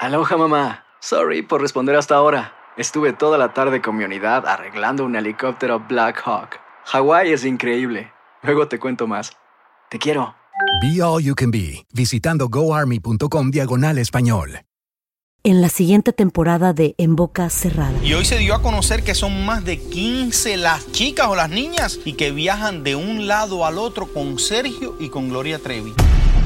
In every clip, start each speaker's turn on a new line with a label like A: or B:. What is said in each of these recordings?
A: Aloha mamá. Sorry por responder hasta ahora. Estuve toda la tarde con mi unidad arreglando un helicóptero Black Hawk. Hawái es increíble. Luego te cuento más. Te quiero.
B: Be All You Can Be, visitando goarmy.com diagonal español.
C: en la siguiente temporada de En Boca Cerrada.
D: Y hoy se dio a conocer que son más de 15 las chicas o las niñas y que viajan de un lado al otro con Sergio y con Gloria Trevi.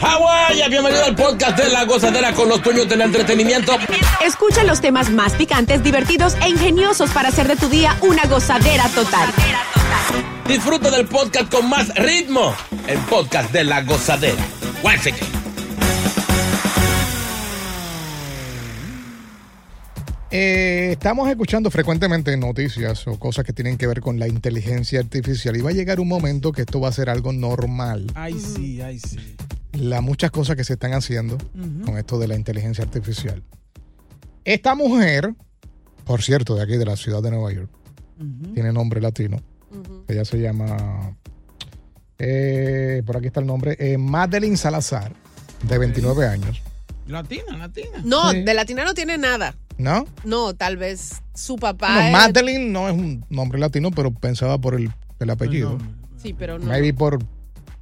E: Hawái, bienvenido al podcast de La Gozadera con los dueños del entretenimiento.
F: Escucha los temas más picantes, divertidos e ingeniosos para hacer de tu día una gozadera total.
E: Disfruta del podcast con más ritmo. El podcast de La Gozadera. Guáchate.
G: Eh, estamos escuchando frecuentemente noticias o cosas que tienen que ver con la inteligencia artificial y va a llegar un momento que esto va a ser algo normal.
H: Ay, sí, ay, sí.
G: Las muchas cosas que se están haciendo con esto de la inteligencia artificial. Esta mujer, por cierto, de aquí de la ciudad de Nueva York, tiene nombre latino. Ella se llama, eh, por aquí está el nombre, eh, Madeline Salazar, de 29 años.
H: Latina, latina.
F: No,
G: Sí.
F: de latina no tiene nada.
G: ¿No?
F: No, tal vez su papá.
G: Bueno,
F: es-
G: Madeline no es un nombre latino, pero pensaba por el, el apellido.
F: Sí, pero no.
G: Maybe por,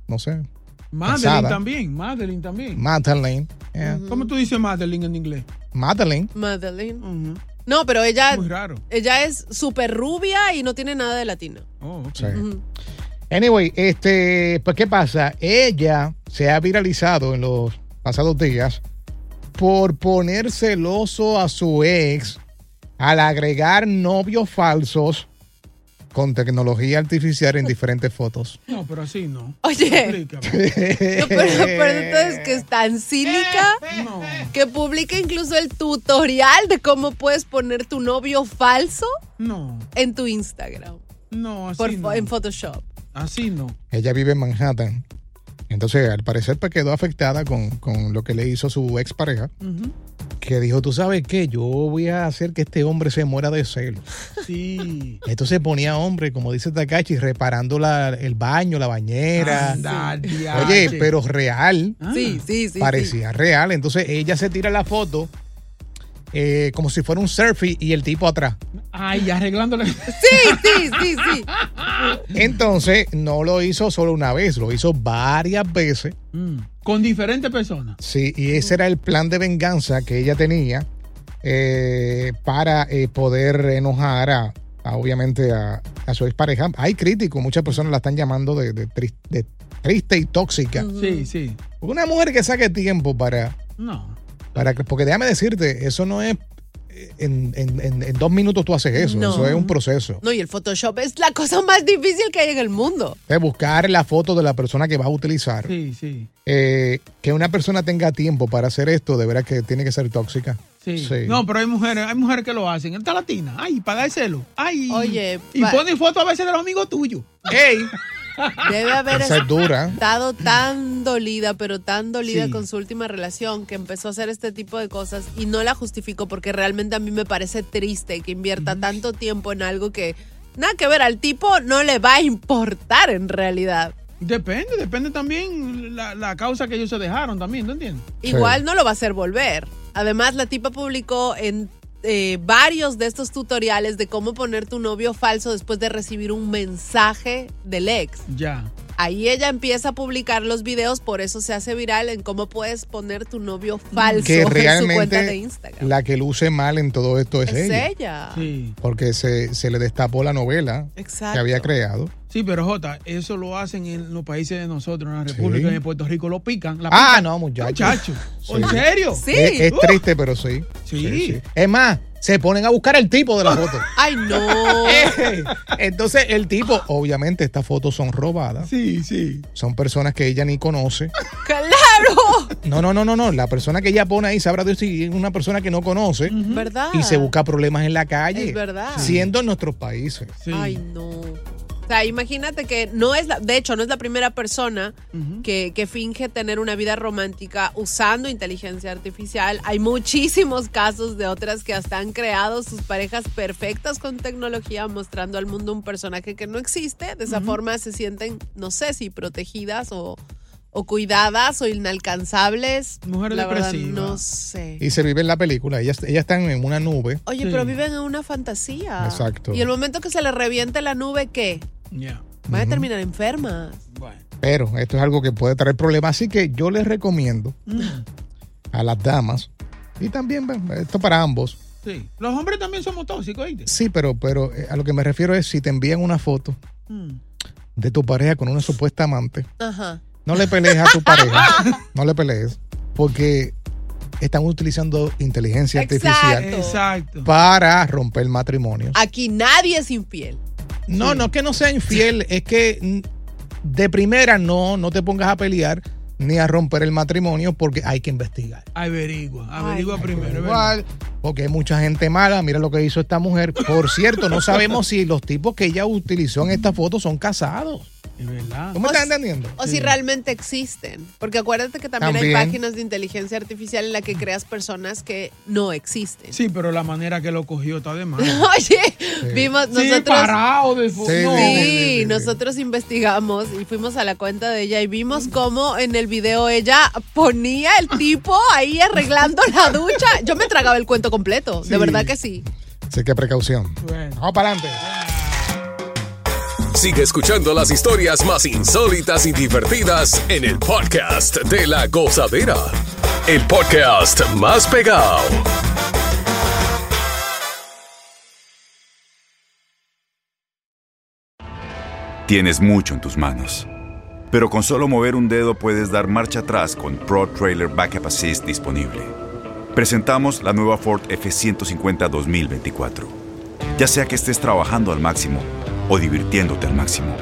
G: no sé,
H: Madeline
G: Casada.
H: también, Madeline también.
G: Madeline. Yeah.
F: Ujú.
H: ¿Cómo tú dices Madeline en inglés?
G: Madeline.
F: Madeline. No, pero ella,
H: Muy raro.
F: ella es súper rubia y no tiene nada de latina.
H: Oh, ok.
G: Sí.
F: Ujú.
G: Anyway, este, pues, ¿qué pasa? Ella se ha viralizado en los pasados días por poner celoso a su ex al agregar novios falsos con tecnología artificial en diferentes fotos.
H: No, pero así no.
F: Oye,
H: Explícame.
F: no, pero, pero entonces que es tan cínica
H: No.
F: que publica incluso el tutorial de cómo puedes poner tu novio falso
H: No,
F: en tu Instagram.
H: no, así
F: por fo-
H: no.
F: En Photoshop.
H: Así no.
G: Ella vive en Manhattan. Entonces, al parecer, pues quedó afectada con, con lo que le hizo su expareja,
H: Ujú.
G: que dijo, tú sabes qué, yo voy a hacer que este hombre se muera de celos.
H: Sí.
G: Entonces ponía hombre, como dice Takachi, reparando la- el baño, la bañera.
H: Ah, Anda, diache.
G: Oye, pero real,
H: Ah,
F: Sí, sí, sí. sí.
G: parecía real. Entonces ella se tira la foto eh, como si fuera un selfie y el tipo atrás.
H: Ay, arreglándole.
F: Sí, sí, sí, sí.
G: Entonces no lo hizo solo una vez, lo hizo varias veces.
H: Mm, Con diferentes personas.
G: Sí, y ese era el plan de venganza que ella tenía eh, para eh, poder enojar a, a, obviamente a, a su expareja. Hay críticos, muchas personas la están llamando de, de tris- de triste y tóxica.
H: Sí, sí.
G: Una mujer que saque tiempo para,
H: No.
G: para que- porque déjame decirte, eso no es eh, en, en- en- en dos minutos tú haces eso,
F: No.
G: eso es un proceso.
F: No, y el Photoshop es la cosa más difícil que hay en el mundo.
G: Es buscar la foto de la persona que vas a utilizar.
H: Sí, sí.
G: Eh, que una persona tenga tiempo para hacer esto, de verdad que tiene que ser tóxica.
H: Sí.
G: Sí.
H: No, pero hay mujeres, hay mujeres que lo hacen. Está latina. Ay, para dar celo. Ay.
F: Oye,
H: Y
F: pa-
H: ponen fotos a veces de los amigos tuyos. Ey.
F: Debe haber
G: Esa es dura.
F: estado tan dolida, pero tan dolida
H: Sí.
F: con su última relación que empezó a hacer este tipo de cosas y no la justifico porque realmente a mí me parece triste que invierta tanto tiempo en algo que nada que ver al tipo no le va a importar en realidad.
H: Depende, depende también la, la causa que ellos se dejaron también, ¿no entiendes?
G: Sí.
F: Igual no lo va a hacer volver. Además, la tipa publicó en eh, varios de estos tutoriales de cómo poner tu novio falso después de recibir un mensaje del ex.
H: Ya.
F: Ahí ella empieza a publicar los videos, por eso se hace viral en cómo puedes poner tu novio falso
G: que
F: en su cuenta de
G: realmente
F: Instagram.
G: la que luce mal en todo esto es,
F: Es
G: ella.
F: ella.
G: Porque se, se le destapó la novela que
H: Exacto.
G: había creado.
H: Sí, pero Jota, eso lo hacen en los países de nosotros, en la República, en Puerto Rico, lo pican. la
G: Ah,
H: pican.
G: no, muchachos.
H: Muchacho.
G: Sí.
H: ¿En serio?
G: Es, es
H: Uh,
G: triste, pero sí.
H: Sí.
G: Es más, se ponen a buscar el tipo de la foto.
F: Ay, no.
G: Entonces, el tipo, obviamente, estas fotos son robadas.
H: Sí, sí.
G: Son personas que ella ni conoce.
F: ¡Claro!
G: No, no, no, no, no. La persona que ella pone ahí sabrá Dios si es una persona que no conoce.
F: ¿Verdad?
G: Y se busca problemas en la calle.
F: Es verdad.
G: Siendo en nuestros países.
F: Ay, no. O sea, imagínate que no es la, de hecho, no es la primera persona que, que finge tener una vida romántica usando inteligencia artificial. Hay muchísimos casos de otras que hasta han creado sus parejas perfectas con tecnología, mostrando al mundo un personaje que no existe. De esa forma se sienten, no sé si protegidas o, o cuidadas o inalcanzables.
H: Mujer
F: la verdad,
H: depresiva.
F: no sé.
G: Y se vive en la película. Ellas, ellas están en una nube.
F: Oye, pero viven en una fantasía.
G: Exacto.
F: Y el momento que se le reviente la nube, ¿qué? Van a
G: Ujú.
F: terminar enfermas.
G: Pero esto es algo que puede traer problemas. Así que yo les recomiendo
F: Mm.
G: a las damas. Y también, bueno, esto para ambos.
H: Sí. Los hombres también somos tóxicos, ¿oíste?
G: Sí, pero, pero eh, a lo que me refiero es si te envían una foto de tu pareja con una supuesta amante.
F: Mm. Ajá.
G: No le pelees a tu pareja. No le pelees. Porque están utilizando inteligencia artificial
H: Exacto.
G: para romper matrimonios.
F: Aquí nadie es infiel.
G: No, no es que no sea infiel, es que mm, de primera no, no te pongas a pelear ni a romper el matrimonio porque hay que investigar.
H: Averigua, averigua primero.
G: Igual, porque hay mucha gente mala, mira lo que hizo esta mujer. Por cierto, no sabemos si los tipos que ella utilizó en esta foto son casados.
H: Es verdad.
G: ¿Tú me estás entendiendo?
F: O si realmente existen. Porque acuérdate que también,
G: También.
F: hay páginas de inteligencia artificial en la que creas personas que no existen.
H: Sí, pero la manera que lo cogió está de mal.
F: Oye, vimos
H: Sí,
F: nosotros.
H: parado de
F: Sí,
H: fo- no.
F: nosotros investigamos y fuimos a la cuenta de ella y vimos cómo en el video ella ponía el tipo ahí arreglando la ducha. Yo me tragaba el cuento completo, de verdad que sí.
G: Así que precaución. Vamos para adelante.
I: Sigue escuchando las historias más insólitas y divertidas en el podcast de la gozadera. El podcast más pegado.
J: Tienes mucho en tus manos. Pero con solo mover un dedo puedes dar marcha atrás con Pro Trailer Backup Assist disponible. Presentamos la nueva Ford F150 2024. Ya sea que estés trabajando al máximo o divirtiéndote al máximo,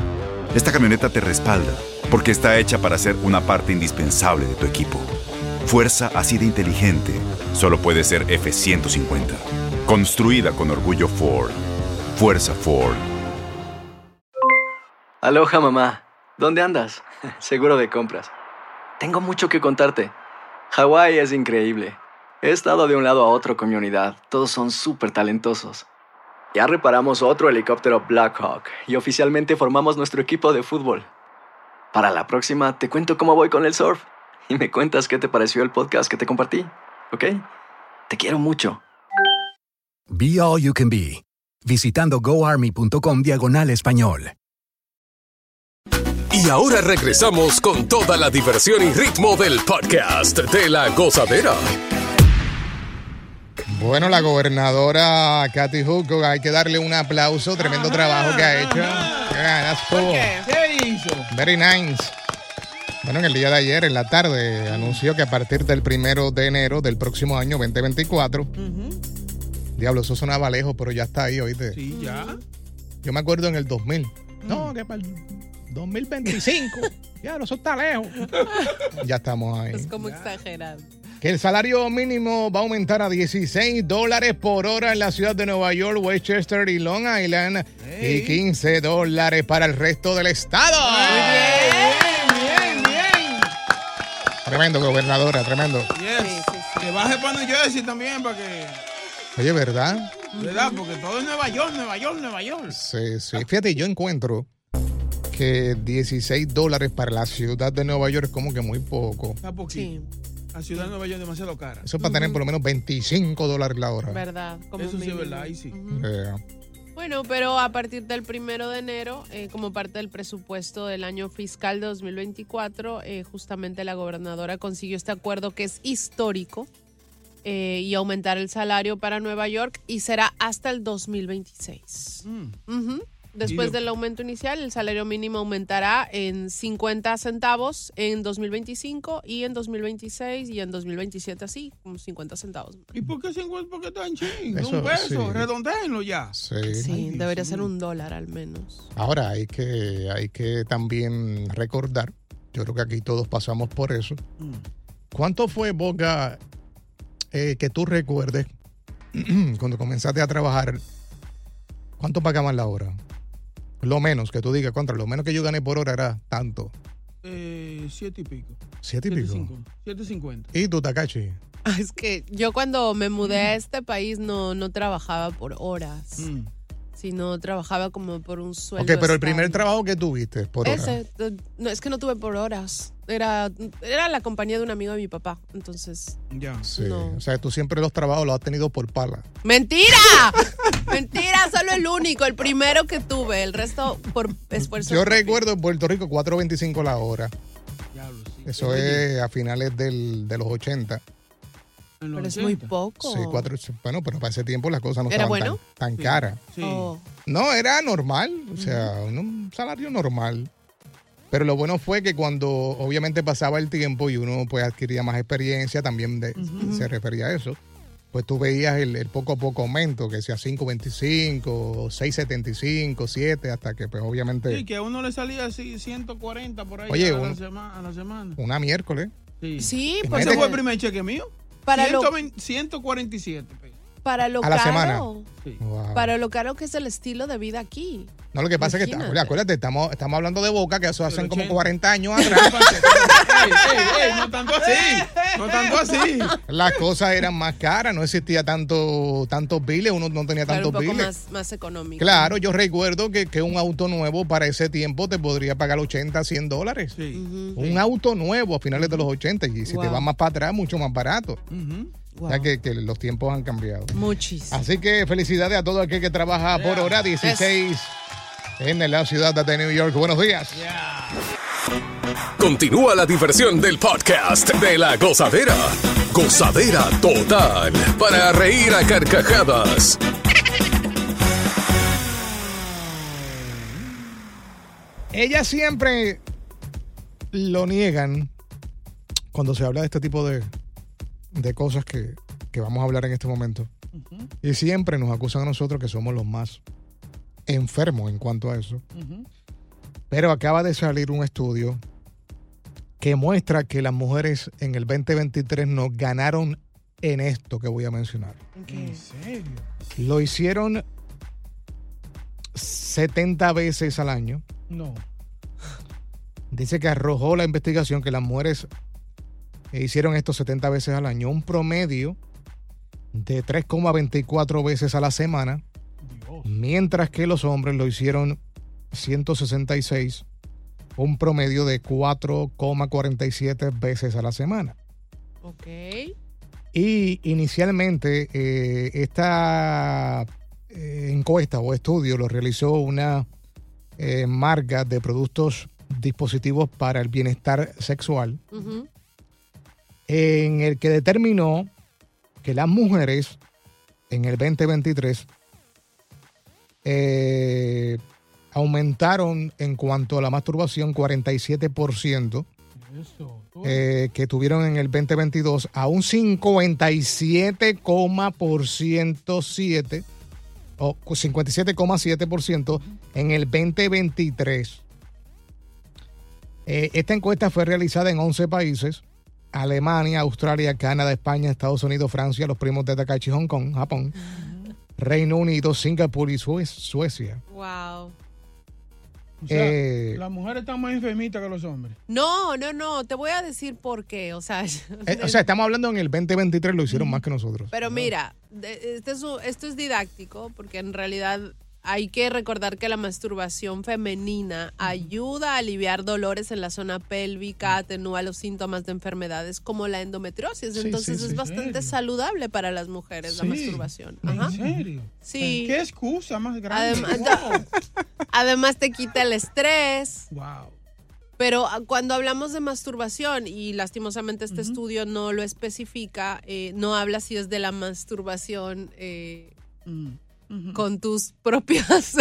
J: esta camioneta te respalda porque está hecha para ser una parte indispensable de tu equipo. Fuerza así de inteligente solo puede ser F150. Construida con orgullo Ford. Fuerza Ford.
A: Aloha mamá, ¿dónde andas? Seguro de compras. Tengo mucho que contarte. Hawái es increíble. He estado de un lado a otro con mi unidad. Todos son súper talentosos. Ya reparamos otro helicóptero Blackhawk y oficialmente formamos nuestro equipo de fútbol. Para la próxima te cuento cómo voy con el surf y me cuentas qué te pareció el podcast que te compartí, ¿ok? Te quiero mucho.
B: Be All You Can Be, visitando goarmy.com diagonal español.
I: Y ahora regresamos con toda la diversión y ritmo del podcast de la gozadera.
G: Bueno, la gobernadora Kathy Huco, hay que darle un aplauso. Tremendo trabajo que ha hecho. Yeah, that's cool.
H: ¿Qué hizo?
G: Very nice. Bueno, en el día de ayer, en la tarde, anunció que a partir del primero de enero del próximo año 2024, diablo, eso sonaba lejos, pero ya está ahí, oíste.
H: Sí, ya.
G: Yo me acuerdo en el 2000.
H: No, que para el 2025.
G: ya, eso está lejos. Ya estamos ahí.
F: Es como exagerado.
G: Que el salario mínimo va a aumentar a 16 dólares por hora en la ciudad de Nueva York, Westchester y Long Island. Y 15 dólares para el resto del estado.
H: bien, bien, bien.
G: Tremendo, gobernadora, tremendo.
H: Yes. Que baje para New Jersey también, para que.
G: Oye, ¿verdad?
H: ¿Verdad? Porque todo es Nueva York, Nueva York, Nueva York.
G: Sí, sí. Fíjate, yo encuentro que 16 dólares para la ciudad de Nueva York es como que muy poco.
H: Está poquito. La ciudad de Nueva York es demasiado cara.
G: Eso es para tener por lo menos 25 dólares la hora. Eh,
F: ¿Verdad?
H: Eso sí es verdad, ahí sí.
G: Yeah.
F: Bueno, pero a partir del primero de enero, eh, como parte del presupuesto del año fiscal de 2024, eh, justamente la gobernadora consiguió este acuerdo que es histórico eh, y aumentar el salario para Nueva York y será hasta el 2026.
H: Mm.
F: Ujú. Después
K: Y-
F: del aumento inicial, el salario mínimo aumentará en 50 centavos en 2025 y en 2026 y en 2027 así, como 50 centavos.
H: ¿Y por qué 50? ¿Por qué tan ching?
G: Eso,
H: un peso,
G: sí.
H: redondéenlo ya.
G: Sí.
F: Sí, debería ser un dólar al menos.
G: Ahora hay que, hay que también recordar, yo creo que aquí todos pasamos por eso.
H: Mm.
G: ¿Cuánto fue, Boca, eh, que tú recuerdes cuando comenzaste a trabajar? ¿Cuánto pagaban la hora? Lo menos que tú digas, contra, lo menos que yo gané por hora era tanto.
H: Eh, siete y pico.
G: Siete y pico.
H: 7.50.
G: ¿Y tú, Takachi?
F: Ah, Es que yo cuando me mudé a este país no, no trabajaba por horas,
G: Mm.
F: sino trabajaba como por un sueldo.
G: Ok, pero el primer
F: estable.
G: trabajo que tuviste por hora.
F: Ese, eh, no, es que no tuve por horas. Era, era la compañía de un amigo de mi papá. Entonces.
H: Ya.
G: Sí. O sea, tú siempre los trabajos los has tenido por pala.
F: ¡Mentira! ¡Mentira! Solo el único, el primero que tuve. El resto por esfuerzo.
G: Yo recuerdo en Puerto Rico 4.25 la hora. Eso
F: Oye.
G: es a finales del- de los 80.
F: Pero es muy poco.
G: Sí, cuatro, sí, bueno, pero para ese tiempo las cosas no
F: ¿Era
G: estaban
F: bueno?
G: tan, tan caras.
F: Oh.
G: No, era normal, o sea, un- un salario normal. Pero lo bueno fue que cuando obviamente pasaba el tiempo y uno pues adquiría más experiencia, también de- se refería a eso, pues tú veías el, el poco a poco aumento, que sea 5.25, 6.75, 7, hasta que pues obviamente
H: Sí, que a uno le salía así 140 por ahí
G: Oye,
H: a,
G: un-
H: la semana, a la semana.
G: una miércoles.
H: Sí,
F: Sí,
G: Imagínate
H: Ese
G: que-
H: fue el primer cheque mío.
F: Para lo-
H: 120 147 pesos.
F: Para lo
G: a la
F: caro.
G: semana. Ah. Wow.
F: Para lo caro que es el estilo de vida aquí.
G: No, lo que pasa es que,
F: Imagínate.
G: acuérdate, estamos, estamos hablando de Boca, que eso hacen como 40 años atrás.
H: ¡Ey, ey, ey! No tanto así. No tanto así.
G: Las cosas eran más caras, no existía tanto tantos biles, uno no tenía
F: Claro,
G: tantos
F: un poco
G: biles.
F: más, más económico.
G: Claro, yo recuerdo que, que un auto nuevo para ese tiempo te podría pagar 80, 100 dólares. Un auto nuevo a finales de los 80 y si te
F: Wow.
G: vas más para atrás, mucho más barato. O sea
F: Wow.
G: que, que los tiempos han cambiado.
F: Muchísimo.
G: Así que felicidades a todo aquel que trabaja por hora 16 en la ciudad de New York. Buenos días.
I: Continúa la diversión del podcast de la gozadera. Gozadera total para reír a carcajadas.
G: Ella siempre lo niegan cuando se habla de este tipo de, de cosas que, que vamos a hablar en este momento. Y siempre nos acusan a nosotros que somos los más enfermos en cuanto a eso. Pero acaba de salir un estudio que muestra que las mujeres en el 2023 nos ganaron en esto que voy a mencionar.
H: ¿En serio?
G: Lo hicieron 70 veces al año.
H: No.
G: Dice que arrojó la investigación que las mujeres eh, hicieron esto 70 veces al año, un promedio de 3,24 veces a la semana, mientras que los hombres lo hicieron 166, un promedio de 4,47 veces a la semana.
F: Ok.
G: Y inicialmente eh, esta eh, encuesta o estudio lo realizó una eh, marca de productos dispositivos para el bienestar sexual,
F: Ujú.
G: en el que determinó que las mujeres en el 2023 eh, aumentaron en cuanto a la masturbación 47%. eh, que tuvieron en el 2022 a un 57,7% o 57,7% en el 2023. Eh, esta encuesta fue realizada en 11 países. Alemania, Australia, Canadá, España, Estados Unidos, Francia, los primos de Takachi, Hong Kong, Japón, Reino Unido, Singapur y Sue- Suecia.
F: Wow.
H: O sea,
G: Eh,
H: las mujeres están más enfermitas que los hombres.
F: No, no, no. Te voy a decir por qué. O sea.
G: eh, o sea, estamos hablando en el 2023, lo hicieron más que nosotros.
F: Pero mira, de- este es un- esto es didáctico porque en realidad hay que recordar que la masturbación femenina ayuda a aliviar dolores en la zona pélvica, atenúa los síntomas de enfermedades como la endometriosis.
H: Sí,
F: Entonces
H: sí,
F: es
H: sí.
F: bastante saludable para las mujeres la
H: Sí.
F: masturbación. Ajá.
H: ¿En serio?
F: Sí.
H: ¿Qué excusa más grande?
F: Además, además te quita el estrés.
H: Wow.
F: Pero ah, cuando hablamos de masturbación, y lastimosamente este estudio no lo especifica, eh, no habla si es de la masturbación eh,
H: Mm.
F: con tus propias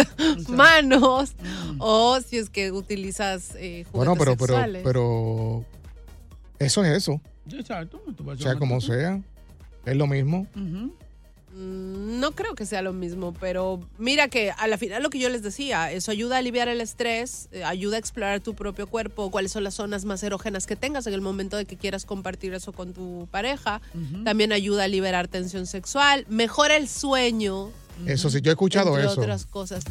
F: manos
H: Mm.
F: o si es que utilizas eh, juguetes
G: Bueno, pero, pero,
F: sexuales.
G: pero eso es eso.
H: Exacto.
G: O sea, como sea, es lo mismo.
F: Mm, No creo que sea lo mismo, pero mira que a la final lo que yo les decía, eso ayuda a aliviar el estrés, eh, ayuda a explorar tu propio cuerpo, cuáles son las zonas más erógenas que tengas en el momento de que quieras compartir eso con tu pareja. También ayuda a liberar tensión sexual, mejora el sueño.
G: Eso sí, yo he escuchado
F: entre
G: eso.
F: otras cosas.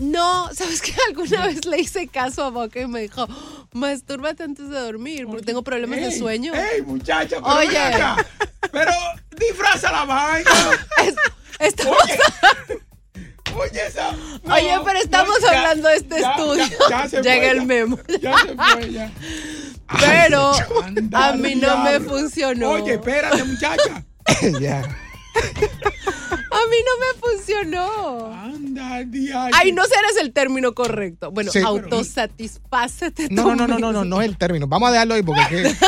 F: No, ¿sabes qué? Alguna vez le hice caso a Boca y me dijo, mastúrbate antes de dormir porque tengo problemas de
H: Ey,
F: sueño.
H: ¡Ey, muchacha! Pero
F: Oye.
H: Oye. pero disfraza la vaina.
F: estamos...
H: Oye, oye, esa.
F: Oye, pero estamos
H: no, ya,
F: hablando de este
H: ya,
F: estudio.
H: ya, ya se
F: Llega
H: fue,
F: el
H: ya.
F: memo.
H: Ya se fue, ya.
F: Pero
H: Anda,
F: a mí no me
H: diablo.
F: funcionó.
H: Oye, espérate, muchacha.
G: ya.
F: A mí no me funcionó.
H: Anda, diablo.
F: Ay, no serás el término correcto. Bueno,
G: Sí.
F: autosatisfácete.
G: No, no, no, no, no, no, no es el término. Vamos a dejarlo ahí porque es que,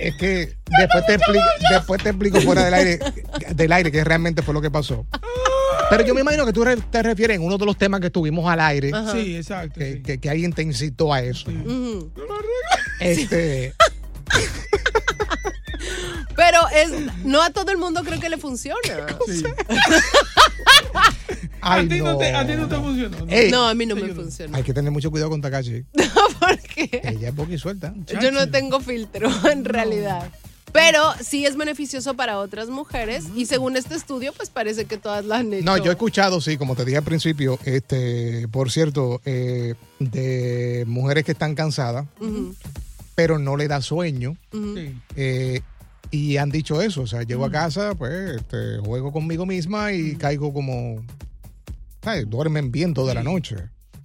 G: es que después, te explico, después te explico fuera del aire, del aire que realmente fue lo que pasó. Pero yo me imagino que tú re- te refieres en uno de los temas que estuvimos al aire.
H: Ajá. Sí, exacto,
G: Que, que- que alguien te incitó a eso.
F: Ujú.
G: Este,
F: Pero es, no a todo el mundo creo que le funciona.
G: ay,
H: a, ti no
G: no.
H: te, a ti no te funcionó.
G: Ey,
F: No, a mí no me funciona.
G: Hay que tener mucho cuidado con Takashi.
F: ¿Por qué?
G: Ella es boca y suelta.
F: Yo no tengo filtro, en realidad. Pero sí es beneficioso para otras mujeres y según este estudio, pues parece que todas las han hecho.
G: No, yo he escuchado, sí, como te dije al principio, este, por cierto, eh, de mujeres que están cansadas,
F: Ujú,
G: pero no le da sueño.
F: ujú.
G: eh, y han dicho eso, o sea, llego
H: Mm.
G: a casa, pues, este, juego conmigo misma y caigo como, ¿sabes? Duermen bien toda la noche.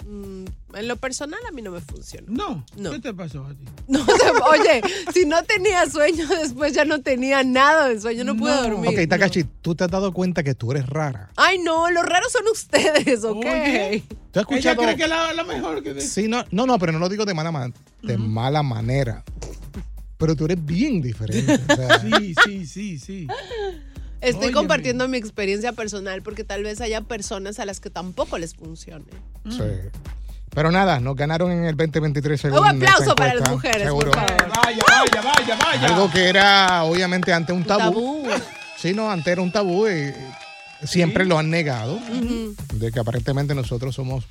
F: Mm, En lo personal a mí no me funciona.
H: No.
F: No.
H: ¿Qué te pasó a ti?
F: No, o sea, oye, si no tenía sueño, después ya no tenía nada de sueño, no pude dormir.
G: ok, Takashi, tú te has dado cuenta que tú eres rara.
F: Ay, no, los raros son ustedes, ¿ok?
H: Oye.
G: ¿Tú has
H: Ella
G: escuchado?
H: cree que es la, la mejor que te...
G: Sí, no, no, no, pero no lo digo de mala, man- de mala manera. Pero tú eres bien diferente. o sea,
H: Sí, sí, sí, sí.
F: Estoy
H: Óyeme.
F: compartiendo mi experiencia personal porque tal vez haya personas a las que tampoco les funcione.
H: Mm.
G: sí. Pero nada, nos ganaron en el 2023 según
F: Un aplauso
G: esa
F: para las
G: encuesta,
F: mujeres,
G: seguro.
F: por favor.
H: Vaya, vaya, vaya, vaya.
G: Algo que era obviamente antes un tabú.
F: Tabú.
G: Sí, no, antes era un tabú y siempre lo han negado,
F: Ujú.
G: de que aparentemente nosotros somos...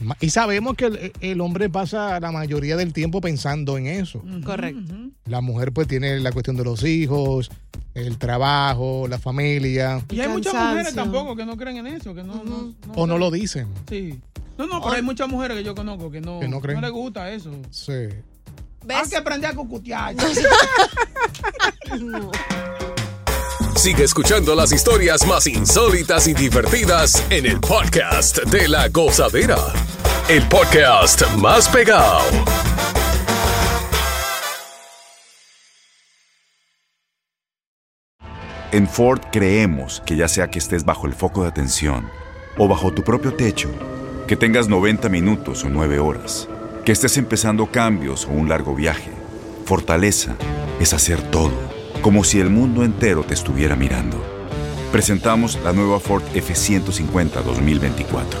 G: ma- Y sabemos que el, el hombre pasa la mayoría del tiempo pensando en eso.
F: Mm.
H: Mm.
F: Correcto.
G: La mujer pues tiene la cuestión de los hijos, el trabajo, la familia,
H: Y hay muchas
F: Cansancio.
H: mujeres tampoco que no creen en eso, que no... no, no
G: o no lo dicen.
H: Sí. No, no, pero hay muchas mujeres que yo conozco que no,
G: Que no creen.
H: les gusta eso.
G: Sí.
F: ¿Ves?
H: Hay que aprender a cucutear.
F: No.
I: Sigue escuchando las historias más insólitas y divertidas en el podcast de la gozadera. El podcast más pegado.
J: En Ford creemos que ya sea que estés bajo el foco de atención o bajo tu propio techo, que tengas 90 minutos o 9 horas, que estés empezando cambios o un largo viaje, fortaleza es hacer todo, como si el mundo entero te estuviera mirando. Presentamos la nueva Ford F150 2024.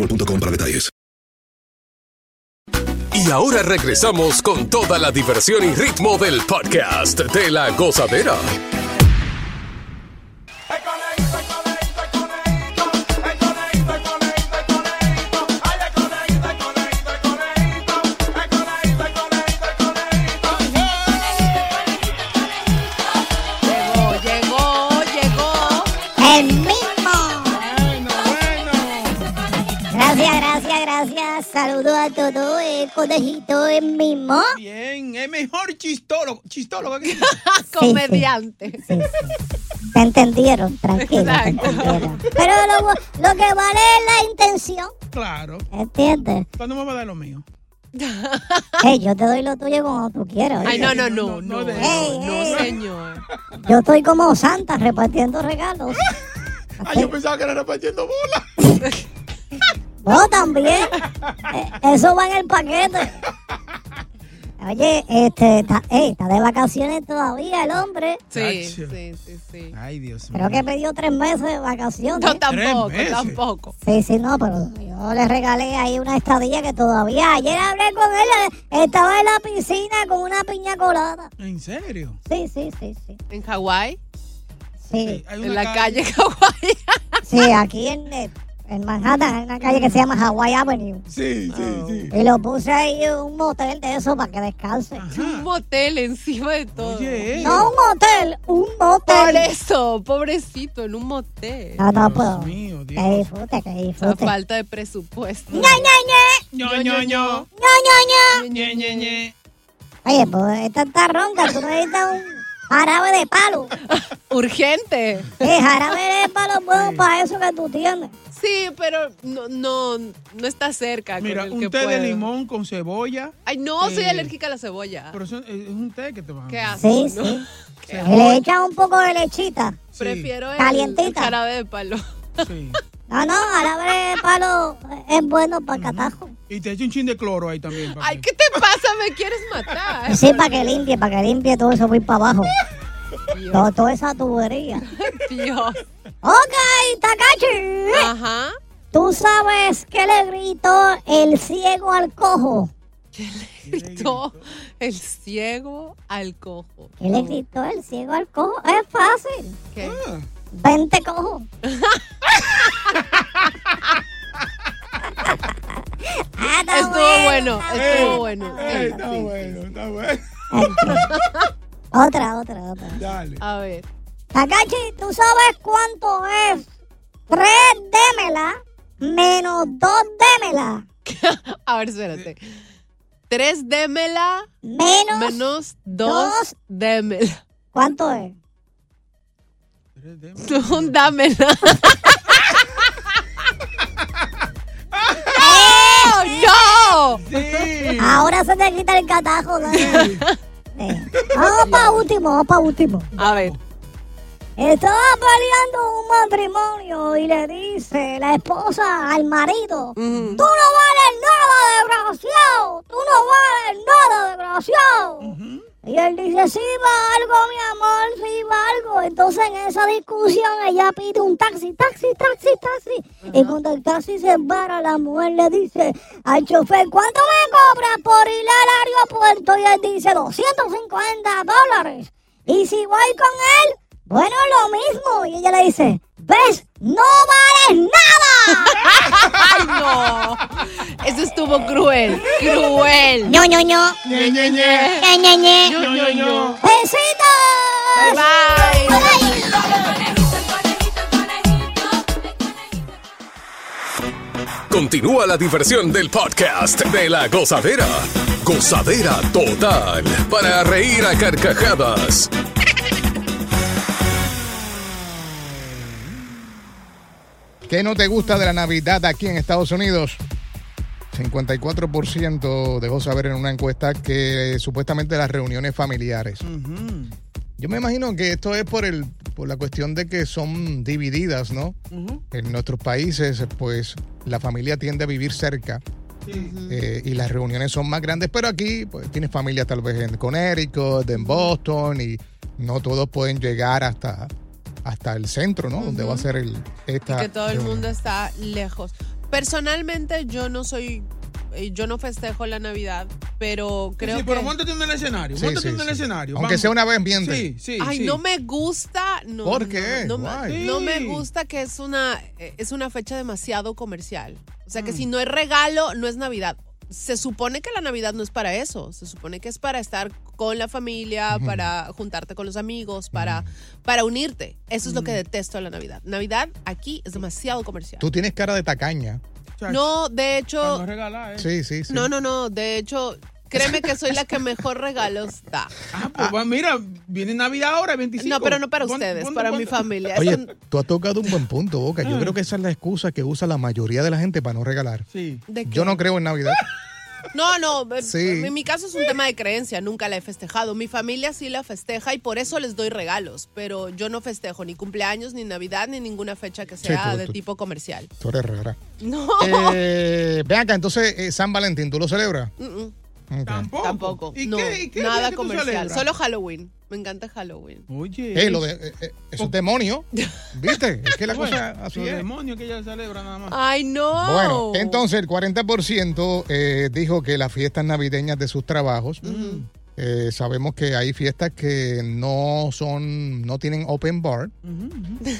K: para detalles.
I: Y Y ahora regresamos con toda la diversión y ritmo del podcast de la gozadera.
F: Llegó, llegó, llegó.
L: ¡El mismo! Gracias, gracias, gracias. Saludo a todo el conejito, el mismo.
H: Bien, es mejor chistólogo. Chistólogo. aquí.
F: Comediante.
L: Te entendieron, tranquilo, te entendieron. Pero lo, lo que vale es la intención,
H: Claro.
L: ¿entiendes?
H: ¿Cuándo me va a dar lo mío?
L: Ey, yo te doy lo tuyo como tú quieras.
F: Ay,
L: ¿oíste?
F: no, no, no, no.
L: Ey, ey,
F: No, señor.
L: Yo estoy como santa repartiendo regalos.
H: Ay, yo pensaba que era repartiendo bola.
L: No, también. Eh, Eso va en el paquete. Oye, este, está, ey, está de vacaciones todavía el hombre.
F: Sí, sí, sí, sí.
H: Ay, Dios
L: Creo que pidió tres meses de vacaciones.
F: No, tampoco, tampoco.
L: Sí, sí, no, pero yo le regalé ahí una estadía que todavía ayer hablé con él, eh, estaba en la piscina con una piña colada.
H: ¿En serio?
L: Sí, sí, sí, sí.
F: ¿En Hawái?
L: Sí.
F: En la calle Hawái.
L: Sí, aquí en, eh, en Manhattan hay una calle que se llama Hawaii Avenue.
H: Sí, sí, sí.
L: Y lo puse ahí un motel de eso para que descanse.
F: Un motel encima de todo.
H: eh.
L: No un motel, un motel.
F: Por eso, Oh, pobrecito, en un motel.
L: No, Ah, no puedo. Que disfrute, que
F: A
L: disfute.
F: falta de presupuesto.
L: Ña, ña,
H: ña. Ño, ño.
L: Ño, ño, ño.
H: Ñe, Ñe, Ñe.
L: Oye, pues esta está ronca, tú necesitas un jarabe de palo.
F: Urgente.
L: Eh, jarabe de palo bueno para eso que tú tienes.
F: Sí, pero no, no, no está cerca.
H: Mira,
F: con el
H: un
F: que
H: té de
F: puedo.
H: limón con cebolla.
F: Ay, no, soy
H: Eh,
F: alérgica a la cebolla.
H: Pero eso es es un té que te va a
F: ¿Qué haces?
L: Sí, sí. Y Le echas un poco de lechita.
F: Prefiero el, el
L: Calientita.
F: jarabe de palo.
L: No, no, jarabe de palo es bueno para catajo.
H: Y te echo un chin de cloro ahí también. pa'
F: Ay, ¿qué te pasa? Me quieres matar.
L: Sí, para que limpie, para que limpie todo eso muy para abajo. Todo- toda esa tubería.
F: Dios.
L: Ok, Takashi.
F: Ajá.
L: ¿Tú sabes qué le gritó el ciego al cojo?
F: Gritó el ciego al cojo.
L: ¿Qué le gritó el ciego al cojo? Es fácil.
F: ¿Qué?
L: Vente cojo. Ah,
F: Estuvo bueno, estuvo bueno.
H: Ey, está bueno, está bueno.
L: Otra, otra, otra.
H: Dale.
F: A ver.
L: Takashi, ¿tú sabes cuánto es? Tres démela menos dos démela.
F: A ver, espérate. Tres démela.
L: Menos
F: Menos dos démela.
L: ¿Cuánto es?
F: Un dámela. ¡Oh, no!
L: Ahora se te quita el catajo. ¿no? Eh, Vamos para último, vamos para último.
F: A ver.
L: Estaba peleando un matrimonio y le dice la esposa al marido, tú no vales nada, desgraciado, tú no vales nada, desgraciado. Y él dice, sí, valgo, mi amor, sí, valgo. Entonces en esa discusión ella pide un taxi, taxi, taxi, taxi. Y cuando el taxi se para, la mujer le dice al chofer, ¿cuánto me cobras por ir al aeropuerto? Y él dice, 250 dólares. Y si voy con él, bueno, lo mismo. Y ella le dice, ¿ves? No vales nada.
F: ¡Ay, no! Eso estuvo cruel. Cruel.
L: Ño, ño, ño.
H: Ñe, Ñe, Ñe.
L: Ñe, Ñe, Ñe.
H: Ño, Ño, Ño.
L: Besitos.
F: Bye,
I: Continúa la diversión del podcast de la gozadera. Gozadera total para reír a carcajadas.
G: ¿Qué no te gusta de la Navidad aquí en Estados Unidos? 54% dejó saber en una encuesta que supuestamente las reuniones familiares.
F: Mm.
G: Yo me imagino que esto es por el por la cuestión de que son divididas, ¿no? En nuestros países, pues la familia tiende a vivir cerca
F: Mm.
G: eh, y las reuniones son más grandes, pero aquí pues, tienes familia tal vez en Connecticut,
F: Mm.
G: en Boston y no todos pueden llegar hasta, hasta el centro, ¿no? Donde va a ser el, esta
F: que todo el
G: reunión.
F: mundo está lejos. Personalmente yo no soy eh, yo no festejo la Navidad, pero creo
H: Pues sí,
F: que...
H: pero montate en el escenario.
G: Sí,
H: montate
G: sí,
H: en el
G: sí.
H: escenario.
G: Aunque sea una vez, miente.
H: Sí, sí.
F: Ay,
H: sí.
F: no me gusta. No,
G: ¿Por
F: no,
G: qué?
F: No, me-
G: Why?
F: no me
G: Sí.
F: gusta que es una, eh, es una fecha demasiado comercial. O
G: Mm.
F: sea, que si no es regalo, no es Navidad. Se supone que la Navidad no es para eso. Se supone que es para estar con la familia,
G: Ujú. Mm.
F: para juntarte con los amigos, para, para unirte. Eso es lo que detesto de la Navidad. Navidad aquí es demasiado comercial.
G: Tú tienes cara de tacaña.
F: No, de hecho.
G: Sí, sí, sí.
F: No, no, no. De hecho, créeme que soy la que mejor regalos da.
H: Ah, pues, va, mira, viene Navidad ahora, 25.
F: No, pero no para
H: Pon-
F: ustedes,
H: pon-
F: para
H: pon-
F: mi familia.
G: Oye,
F: Eso-
G: tú has tocado un buen punto, Boca.
H: Ah.
G: Yo creo que esa es la excusa que usa la mayoría de la gente para no regalar.
H: Sí.
F: ¿De qué?
G: Yo no creo en Navidad.
F: No, no, eh,
G: Sí.
F: en mi caso es un tema de creencia, nunca la he festejado. Mi familia sí la festeja y por eso les doy regalos, pero yo no festejo ni cumpleaños, ni Navidad, ni ninguna fecha que
G: Sí,
F: sea
G: tú-
F: de
G: tú-
F: tipo comercial.
G: Tú eres rara.
F: No.
G: Eh, ven acá, entonces, eh, San Valentín, ¿tú lo celebras?
F: Mm, mm,
G: Ok.
H: Tampoco.
F: Tampoco.
H: ¿Y
F: no,
H: qué- y qué día
F: nada
H: que tú
F: comercial,
H: celebras?
F: solo Halloween. Me encanta Halloween.
H: Oye.
G: Eh, lo de, eh, eh, eso es demonio. ¿Viste? Es que la cosa así
H: Sí,
G: es.
H: demonio que ella celebra nada más.
F: Ay, no.
G: Bueno, entonces el 40% eh, dijo que las fiestas navideñas de sus trabajos.
F: Mm.
G: eh, sabemos que hay fiestas que no son, no tienen open bar.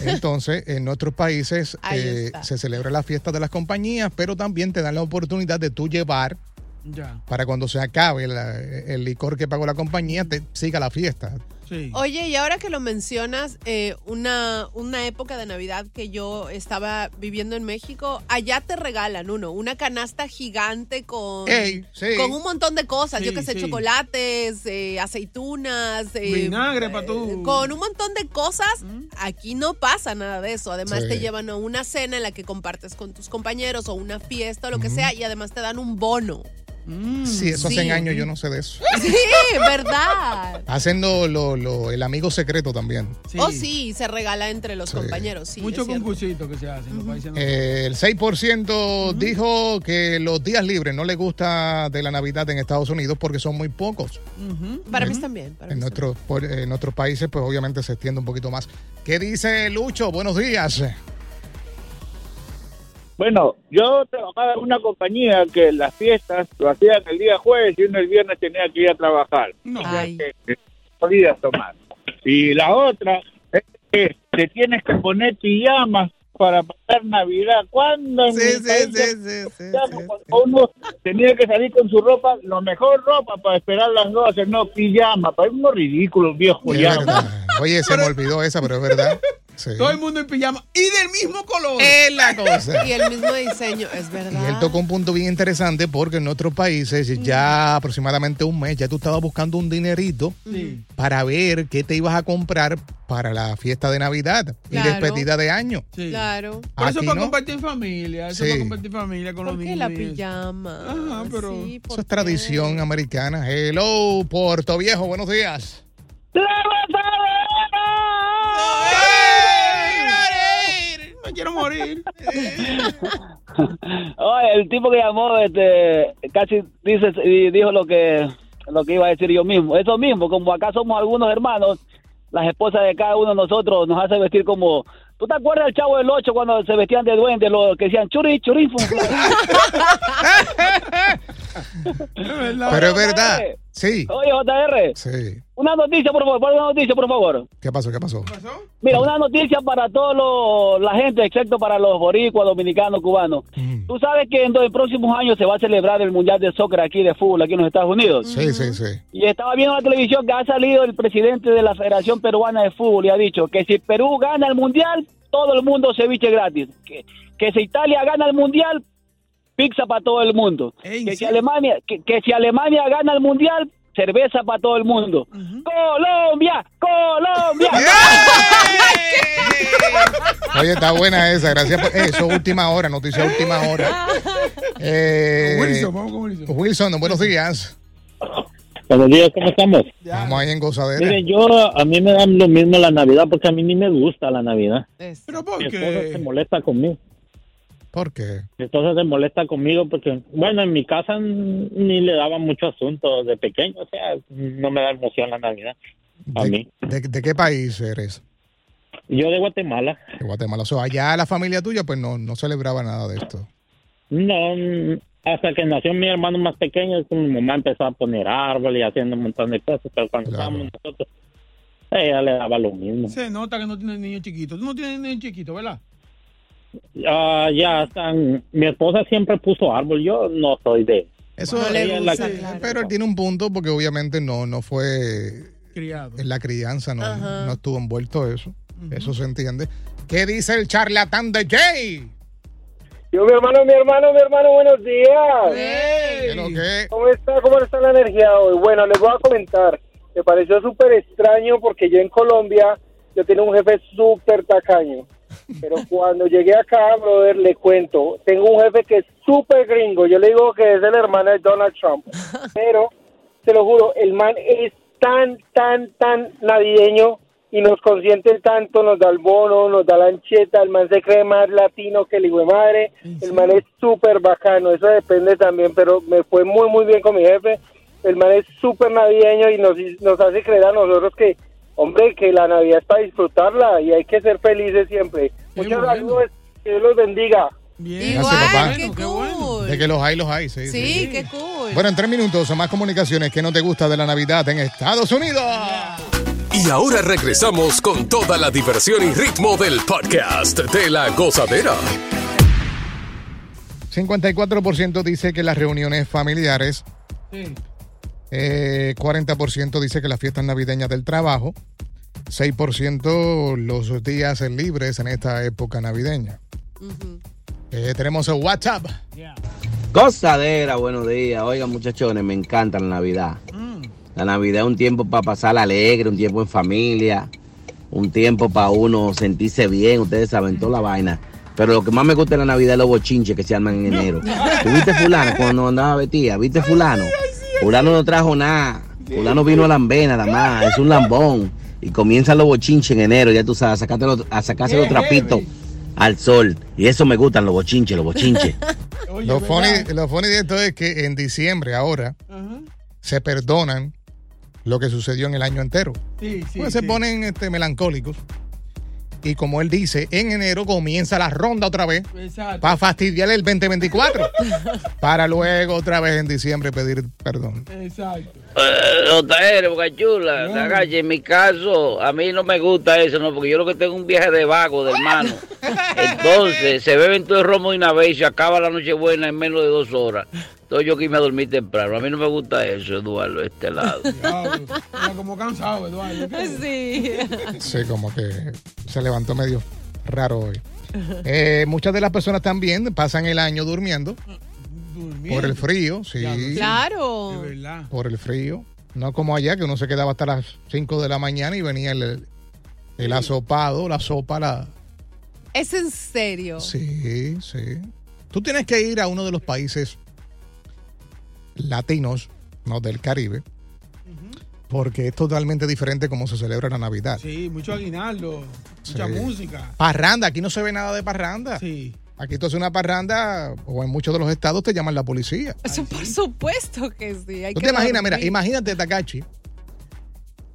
G: Entonces, en nuestros países
F: Ahí
G: eh,
F: está.
G: se celebra la fiesta de las compañías, pero también te dan la oportunidad de tú llevar
H: Ya.
G: para cuando se acabe la- el licor que pagó la compañía, te siga la fiesta.
H: Sí.
F: Oye, y ahora que lo mencionas, eh, una, una época de Navidad que yo estaba viviendo en México, allá te regalan uno, una canasta gigante con,
G: Ey, sí.
F: con un montón de cosas, yo
H: Sí,
F: que sé,
H: sí.
F: chocolates, eh, aceitunas, eh,
H: Vinagre para tú.
F: con un montón de cosas. Aquí no pasa nada de eso. Además
H: Sí.
F: te llevan a una cena en la que compartes con tus compañeros o una fiesta o lo que sea y además te dan un bono.
G: Sí,
F: Mm,
G: eso
F: Sí.
G: hacen años, yo no sé de eso.
F: Sí, ¿verdad?
G: Hacen lo- lo- lo- el amigo secreto también.
F: Oh, sí, se regala entre los compañeros. Sí,
H: Mucho
F: es cierto.
H: concursito que se hace en los países.
G: Eh, el 6% dijo que los días libres no le gusta de la Navidad en Estados Unidos porque son muy pocos.
F: Para mí también. Para
G: En,
F: mí
G: nuestros por- en nuestros países, pues obviamente se extiende un poquito más. ¿Qué dice Lucho? Buenos días.
M: Bueno, yo trabajaba en una compañía que las fiestas lo hacían el día jueves y uno el viernes tenía que ir a trabajar.
H: No.
M: Podías tomar. Y la otra es que te tienes que poner pijamas para pasar Navidad. ¿Cuándo? en mi país ya- ya cuando Uno tenía que salir con su ropa, la mejor ropa para esperar las 12, no pijama. Para uno ridículo, viejo.
G: Es
M: ya.
G: verdad. Oye, se me olvidó esa, pero es verdad. Sí.
H: Todo el mundo en pijama y del mismo color.
F: Es la
G: cosa.
F: Y el mismo diseño, es verdad.
G: Y él tocó un punto bien interesante porque en nuestros países ya aproximadamente un mes ya tú estabas buscando un dinerito
F: Mm.
H: Sí.
G: para ver qué te ibas a comprar para la fiesta de Navidad y
H: Claro.
G: despedida de año.
H: Sí.
F: Claro.
H: Por
G: Aquí
H: eso es para
G: no.
H: compartir en familia. Eso
G: Sí.
H: es para compartir familia con los
F: ¿Por
H: niños.
F: qué la
H: y eso.
F: pijama?
H: Ajá, pero.
G: Eso es tradición americana. Hello, Puerto Viejo, buenos días.
H: Me quiero morir.
N: Oye, Oh, el tipo que llamó, este, casi dice y dijo lo que lo que iba a decir yo mismo. Eso mismo, como acá somos algunos hermanos, las esposas de cada uno de nosotros nos hacen vestir como. ¿Tú te acuerdas del chavo del 8 cuando se vestían de duende, los que decían churi, churi, fun, fun"?
G: Pero es verdad. Sí.
N: Oye, JR,
G: Sí.
N: una noticia, por favor, una noticia, por favor.
G: ¿Qué pasó? ¿Qué pasó?
N: Mira, una noticia para toda la gente, excepto para los boricuas, dominicanos, cubanos. Tú sabes que en los próximos años se va a celebrar el Mundial de Soccer aquí de fútbol, aquí en los Estados Unidos.
G: Sí, sí, sí.
N: Y estaba viendo la televisión que ha salido el presidente de la Federación Peruana de Fútbol y ha dicho que si Perú gana el Mundial, todo el mundo ceviche gratis. Que, que si Italia gana el Mundial, pizza para todo el mundo. que, si Alemania, que, que si Alemania gana el Mundial, cerveza para todo el mundo. ¡Colombia! ¡Colombia!
G: Oye, está buena esa. Gracias. Por... eh, Eso es última hora, noticia última hora. Eh,
H: Wilson, vamos con Wilson.
G: Wilson, buenos días.
O: Buenos días, ¿cómo estamos?
G: Vamos ahí en gozadera.
O: Mire, yo, a mí me da lo mismo la Navidad porque a mí ni me gusta la Navidad.
H: Pero ¿por
O: Mi esposa se
H: qué?
O: molesta conmigo.
G: ¿Por qué?
O: Mi esposa se molesta conmigo porque, bueno, en mi casa n- ni le daba mucho asunto de pequeño, o sea, no me da emoción la Navidad. A mí.
G: ¿De, de qué país eres?
O: Yo de Guatemala.
G: De Guatemala. O sea, allá la familia tuya pues no, no celebraba nada de esto.
O: No, n- Hasta que nació mi hermano más pequeño, es que mi mamá empezó a poner árboles y haciendo un montón de cosas, pero cuando estábamos nosotros, ella le daba lo mismo.
H: Se nota que no tienes niños chiquitos. Tú no tienes niños chiquitos, ¿verdad?
O: Ah, ya están, mi esposa siempre puso árbol, yo no soy de...
G: Eso
O: Ella
G: es-
O: es la
G: sí,
O: que-
G: Pero él tiene un punto porque obviamente no, no fue
H: Criado.
G: en la crianza, no,
H: Ajá.
G: no estuvo envuelto eso. Eso se entiende. ¿Qué dice el charlatán de Jay?
P: Yo, mi hermano, mi hermano, mi hermano, buenos días. ¿Cómo está? ¿Cómo está la energía hoy? Bueno, les voy a comentar. Me pareció súper extraño porque yo en Colombia, yo tenía un jefe súper tacaño. Pero cuando llegué acá, brother, le cuento, tengo un jefe que es súper gringo. Yo le digo que es el hermano de Donald Trump. Pero, te lo juro, el man es tan, tan, tan navideño y nos consiente tanto, nos da el bono, nos da la ancheta, el man se cree más latino que el hijo de madre, el man es súper bacano, eso depende también, pero me fue muy, muy bien con mi jefe, el man es súper navideño y nos, nos hace creer a nosotros que, hombre, que la Navidad es para disfrutarla y hay que ser felices siempre. Muchas saludos, que Dios los bendiga.
G: Gracias, papá.
F: cool.
G: De que los hay, los hay, sí.
F: Sí,
G: sí.
F: qué cool.
G: Bueno, en tres minutos, más comunicaciones que no te gusta de la Navidad en Estados Unidos.
I: Y ahora regresamos con toda la diversión y ritmo del podcast de la gozadera.
G: 54% dice que las reuniones familiares,
H: Sí.
G: eh, 40% dice que las fiestas navideñas del trabajo, 6% los días libres en esta época navideña. Eh, tenemos el WhatsApp.
Q: Gozadera, buenos días. Oigan, muchachones, me encanta la Navidad. La Navidad es un tiempo para pasar alegre, un tiempo en familia, un tiempo para uno sentirse bien. Ustedes saben toda la vaina. Pero lo que más me gusta de la Navidad es los bochinches que se arman en enero. ¿Tú viste fulano cuando andaba vestida? ¿Viste fulano? Fulano no trajo nada. Fulano vino a Lambena nada más. Es un lambón. Y comienzan los bochinches en enero, ya tú sabes, a sacarse los- a sacarse los
G: Qué
Q: trapitos al sol. Y eso me gustan los bochinches, los bochinches.
G: lo, funny, lo funny de esto es que en diciembre ahora se perdonan lo que sucedió en el año entero.
H: Sí, sí.
G: Pues se ponen este, melancólicos. Y como él dice, en enero comienza la ronda otra vez
H: Exacto.
G: para fastidiar el 2024. para luego otra vez en diciembre pedir perdón.
H: Exacto.
R: Otaere, Eh, Boca Chula, Nagache, en mi caso, a mí no me gusta eso, ¿no? Porque yo lo que tengo es un viaje de vago, de hermano. Entonces, se beben todo el romo de una vez y se acaba la noche buena en menos de dos horas. Entonces yo que irme a dormir temprano. A mí no me gusta eso, Eduardo, este lado.
H: Está como cansado, Eduardo.
F: Sí.
G: Sí, como que se levantó medio raro hoy. Eh, muchas de las personas también pasan el año durmiendo
H: Ah,
G: por el frío, sí.
F: Claro.
G: por el frío. No como allá, que uno se quedaba hasta las 5 de la mañana y venía el, el asopado, la sopa, la...
F: Es en serio.
G: Sí, sí. Tú tienes que ir a uno de los países latinos, no del Caribe, porque es totalmente diferente como se celebra la Navidad.
H: Sí, mucho aguinaldo, mucha
G: Sí.
H: música.
G: Parranda, aquí no se ve nada de parranda. Sí. Aquí tú haces una parranda, o en muchos de los estados te llaman la policía.
H: ¿Ah,
F: Eso por supuesto que sí. Hay
G: ¿Tú
F: que
G: te imaginas?
F: dormir.
G: Mira, imagínate, Takachi,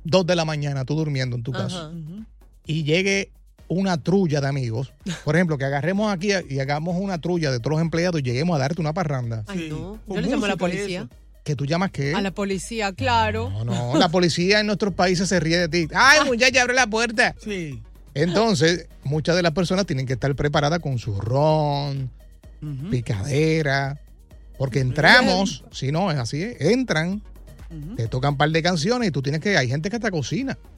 G: dos de la mañana, tú durmiendo en tu casa,
F: Ajá.
G: y llegue una trulla de amigos. Por ejemplo, que agarremos aquí y hagamos una trulla de todos los empleados y lleguemos a darte una parranda.
F: Ay, no. Yo le llamo a la policía.
G: ¿Que tú llamas qué?
F: A
H: ¿Eh?
F: la policía, claro.
G: No, la policía en nuestros países se ríe de ti. ¡Ay, muchacha, abre la puerta!
H: Sí.
G: Entonces, muchas de las personas tienen que estar preparadas con su ron, picadera, porque entramos, si no, es así, es, entran, te tocan un par de canciones y tú tienes que, hay gente que hasta cocina.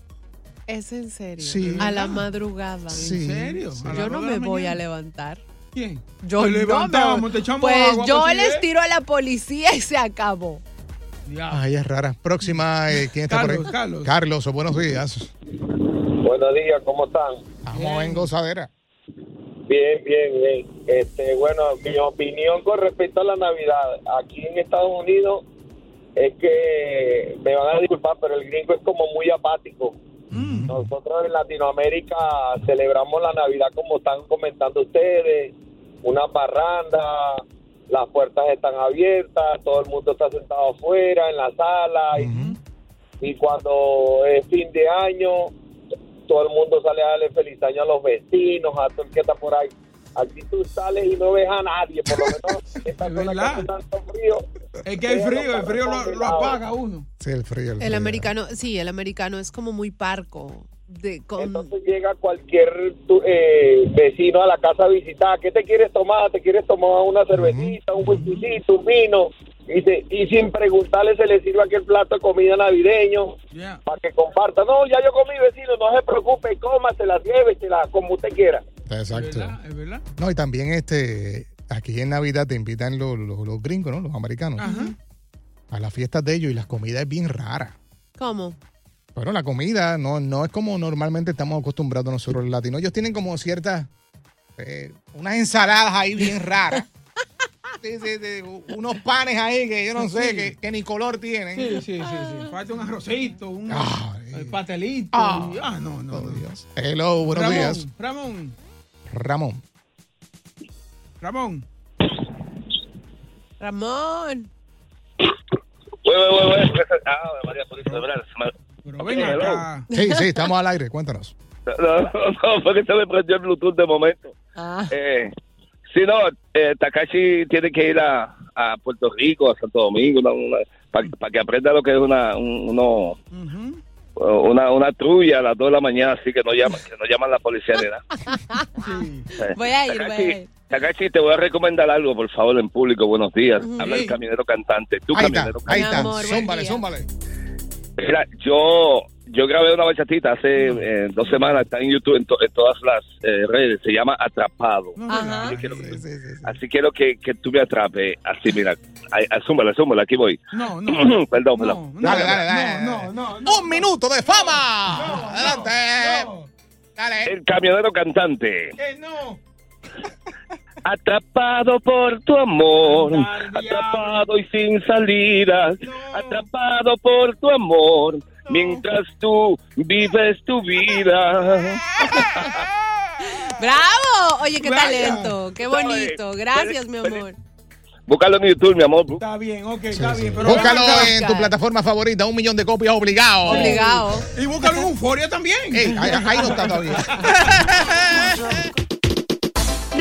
F: Es en serio.
G: Sí.
F: A la madrugada. ¿En
G: serio?
H: ¿A la
F: Yo no
H: hora de
F: me
H: la
F: voy a
H: mañana?
F: levantar.
H: ¿Quién?
F: Yo
H: Te
F: no me
H: levantábamos,
F: voy.
H: te echamos
F: Pues
H: agua,
F: yo
H: pues, ¿sí
F: les
H: ves?
F: tiro a la policía y se acabó.
G: Ay, es rara. Próxima, eh, ¿quién está por
M: Carlos,
G: ahí?
M: Carlos.
G: Carlos, buenos días.
M: Buenos días, ¿cómo están?
G: Vamos en gozadera.
M: Bien, bien, bien. Este, bueno, mi opinión con respecto a la Navidad aquí en Estados Unidos es que me van a disculpar, pero el gringo es como muy apático. Nosotros en Latinoamérica celebramos la Navidad como están comentando ustedes, una parranda, las puertas están abiertas, todo el mundo está sentado afuera en la sala y- y cuando es fin de año todo el mundo sale a darle feliz año a los vecinos, a todo el que está por ahí. Aquí tú sales y no ves a nadie, por lo menos esta zona que hace tanto frío.
H: Es que hay frío, el frío lo, lo apaga uno.
G: Sí, el frío.
F: El americano, sí, el americano es como muy parco. De, con-
M: Entonces llega cualquier tu- eh, vecino a la casa a visitar. ¿Qué te quieres tomar? ¿Te quieres tomar una cervecita, un whiskycito, un vino? Y, se- y sin preguntarle se le sirve aquel plato de comida navideño para que comparta. No, ya yo comí vecino, no se preocupe, cómasela, llévesela, como usted quiera.
G: Exacto. No, y también este, aquí en Navidad te invitan los, los- los gringos, ¿no? Los americanos. A las fiestas de ellos y la comida es bien rara.
F: ¿Cómo?
G: Bueno, la comida no, no es como normalmente estamos acostumbrados nosotros los latinos. Ellos tienen como ciertas, eh, unas ensaladas ahí bien raras. Sí, sí, sí, unos panes ahí que yo no sé, que, que ni color tienen.
H: Sí, sí, sí, sí. Ah. Falta un arrocito, un el pastelito.
G: Ah.
H: y- Ah, no, no. no.
G: Hello, buenos
H: Ramón,
G: días.
H: Ramón,
G: Ramón.
H: Ramón.
F: Ramón.
S: Ah, María Purísima, ¿verdad? Eh,
H: Pero
G: ven acá. Sí, sí, estamos al aire, cuéntanos.
S: No, no, porque se me prendió el Bluetooth de momento.
F: Ah.
S: Eh, sí, no, eh, Takashi tiene que ir a, a Puerto Rico, a Santo Domingo, para que aprenda lo que es una, un- uno- una, una trulla a las 2 de la mañana, así que no llaman, que no llaman la policía ni nada. Eh,
F: Voy a ir, voy a ir.
S: Takashi, te voy a recomendar algo, por favor, en público, buenos días.
F: Ujú.
S: Habla el camionero cantante, tú
G: Ahí está,
S: camionero
G: ahí
S: cantante.
G: está. Zúmbale, zúmbale.
S: Mira, yo, yo grabé una bachatita hace eh, dos semanas, está en YouTube, en, to- en todas las eh, redes, se llama Atrapado.
F: Ajá.
S: Así quiero, así quiero que, que tú me atrapes, así mira, Ay, ah, zúmbala, zúmbala, aquí voy.
H: No,
S: perdón, perdón.
G: Dale, dale, dale. Un minuto de fama. Adelante.
S: El camionero cantante.
H: Que Eh, no.
S: Atrapado por tu amor, atrapado y sin salida, atrapado por tu amor, mientras tú vives tu vida.
F: ¡Bravo! Oye, qué
H: Gracias.
F: talento. Qué bonito. Gracias, mi amor.
S: Búscalo en YouTube, mi amor.
H: Está bien, ok, está bien. Pero
G: Búscalo
H: ven acá.
G: en tu plataforma favorita, un millón de copias obligado.
H: Y búscalo en Euforia también.
G: ahí, ahí no está todavía.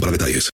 K: para detalles.